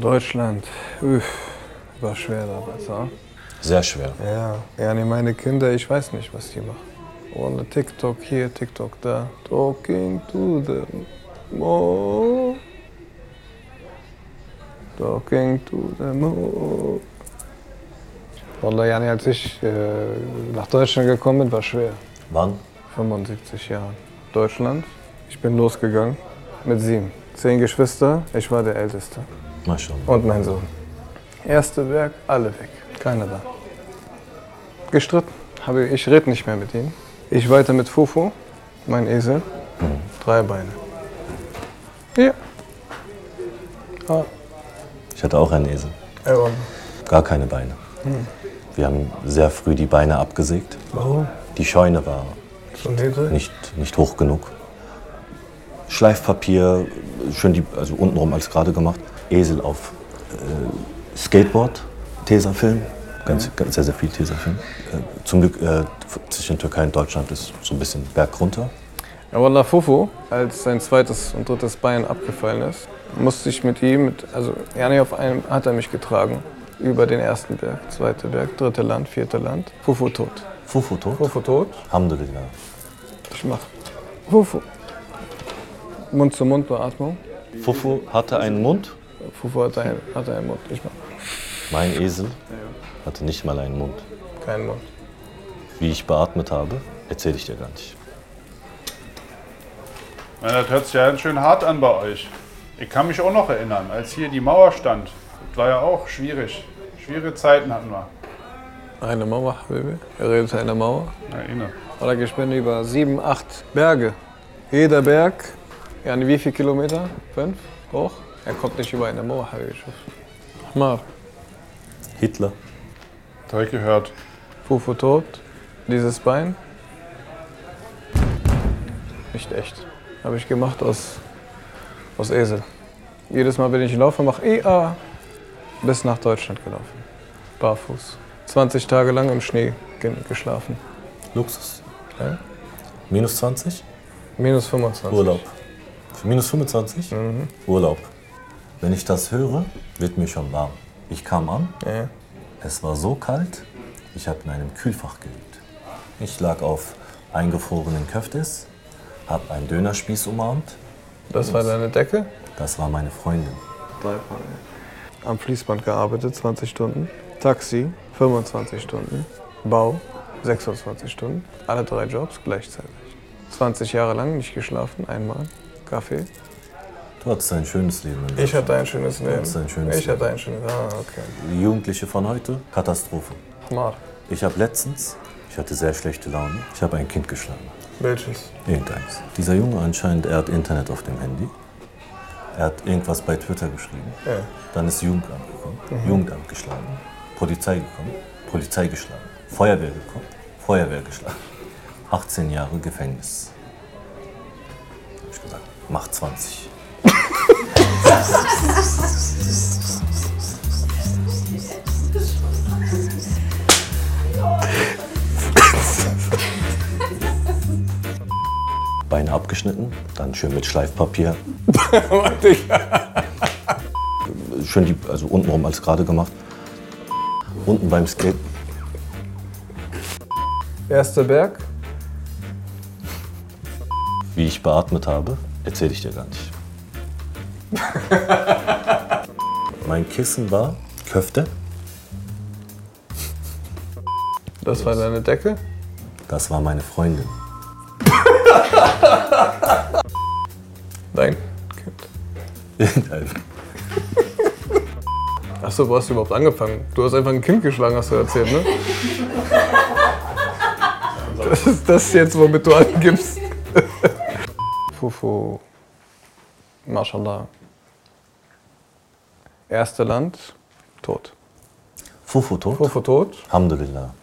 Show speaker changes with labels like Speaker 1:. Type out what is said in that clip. Speaker 1: Deutschland, üff, war schwer damals. Ja?
Speaker 2: Sehr schwer.
Speaker 1: Ja, ja, nee, meine Kinder, ich weiß nicht, was die machen. Ohne TikTok hier, TikTok da. Talking to them. Oh. Talking to them. Oh. Wallah, yani, als ich äh, nach Deutschland gekommen bin, war schwer.
Speaker 2: Wann?
Speaker 1: 75 Jahren. Deutschland. Ich bin losgegangen mit sieben. Zehn Geschwister, ich war der Älteste.
Speaker 2: Maschallah.
Speaker 1: Und mein Sohn. Erste Werk, alle weg. Keiner da. Gestritten. Habe, ich rede nicht mehr mit ihm. Ich weiter mit Fufu, mein Esel. Drei Beine. Ja. Ah,
Speaker 2: Ich hatte auch einen Esel.
Speaker 1: Aaron.
Speaker 2: Gar keine Beine. Wir haben sehr früh die Beine abgesägt.
Speaker 1: Warum?
Speaker 2: Die Scheune war
Speaker 1: Schon niedrig?
Speaker 2: nicht, nicht hoch genug. Schleifpapier, schön die, also untenrum alles gerade gemacht. Esel auf äh, Skateboard, Tesafilm, ganz, ganz sehr, sehr viel Tesafilm. Äh, zum Glück äh, zwischen Türkei und Deutschland ist so ein bisschen Berg runter.
Speaker 1: Ja, Wallah Fufu, als sein zweites und drittes Bein abgefallen ist, musste ich mit ihm, mit, also Jani auf einem hat er mich getragen. Über den ersten Berg, zweite Berg, dritte Land, vierte Land. Fufu tot.
Speaker 2: Fufu tot,
Speaker 1: Fufu tot.
Speaker 2: Alhamdulillah.
Speaker 1: Ich mach. Fufu. Mund-zu-Mund-Beatmung.
Speaker 2: Fufu hatte einen Mund,
Speaker 1: Fufu hat einen, hat einen Mund. Ich mach
Speaker 2: mein Esel hatte nicht mal einen Mund.
Speaker 1: keinen Mund.
Speaker 2: Wie ich beatmet habe, erzähle ich dir gar nicht.
Speaker 3: Na, das hört sich ja ganz schön hart an bei euch. Ich kann mich auch noch erinnern, als hier die Mauer stand. Das war ja auch schwierig. Schwierige Zeiten hatten wir.
Speaker 1: Eine Mauer, Baby. Er redet eine Mauer.
Speaker 3: Na, inne.
Speaker 1: Oder ich bin über sieben, acht Berge. Jeder Berg, ja, wie viel Kilometer? Fünf? Hoch? Er kommt nicht über eine Mauer, habe ich geschafft. Mal,
Speaker 2: Hitler,
Speaker 3: Das habe ich gehört.
Speaker 1: Fufu tot, dieses Bein. Nicht echt. Habe ich gemacht aus, aus Esel. Jedes Mal, wenn ich laufe, mache ich IA. Bis nach Deutschland gelaufen. Barfuß. 20 Tage lang im Schnee ge- geschlafen.
Speaker 2: Luxus.
Speaker 1: Ja.
Speaker 2: Minus 20,
Speaker 1: Minus 25.
Speaker 2: Urlaub. Für minus 25?
Speaker 1: Mhm.
Speaker 2: Urlaub. Wenn ich das höre, wird mir schon warm. Ich kam an,
Speaker 1: Ja.
Speaker 2: es war so kalt, ich habe in einem Kühlfach gelebt. Ich lag auf eingefrorenen Köftes, habe einen Dönerspieß umarmt.
Speaker 1: Das war deine Decke?
Speaker 2: Das war meine Freundin.
Speaker 1: Am Fließband gearbeitet, 20 Stunden. Taxi, 25 Stunden. Bau, 26 Stunden. Alle drei Jobs gleichzeitig. 20 Jahre lang nicht geschlafen, einmal. Kaffee.
Speaker 2: Du hattest ein schönes Leben. in
Speaker 1: Ich
Speaker 2: Deutschland.
Speaker 1: hatte ein schönes Leben.
Speaker 2: hattest ein schönes
Speaker 1: ich hatte ein schönes Ah, okay.
Speaker 2: Die Jugendliche von heute, Katastrophe.
Speaker 1: Mar,
Speaker 2: Ich habe letztens, ich hatte sehr schlechte Laune, ich habe ein Kind geschlagen.
Speaker 1: welches?
Speaker 2: Irgendeins. Dieser Junge anscheinend, er hat Internet auf dem Handy. Er hat irgendwas bei Twitter geschrieben.
Speaker 1: Ja.
Speaker 2: Dann ist Jugendamt gekommen, Jugendamt geschlagen, Polizei gekommen, Polizei geschlagen, Feuerwehr gekommen, Feuerwehr geschlagen. 18 Jahre Gefängnis. Hab ich gesagt, mach 20. Beine abgeschnitten, dann schön mit Schleifpapier, schön die, also untenrum alles gerade gemacht. Unten beim Skate,
Speaker 1: Erster Berg,
Speaker 2: wie ich beatmet habe, erzähle ich dir gar nicht. mein Kissen war Köfte,
Speaker 1: das war deine Decke.
Speaker 2: das war meine Freundin.
Speaker 1: Dein Kind.
Speaker 2: Irgendein-
Speaker 1: Achso, wo hast du überhaupt angefangen? Du hast einfach ein Kind geschlagen, hast du erzählt, ne? Das ist das jetzt, womit du angibst. Fufu. Mashallah. Erste Land, tot.
Speaker 2: Fufu tot,
Speaker 1: Fufu tot.
Speaker 2: Alhamdulillah.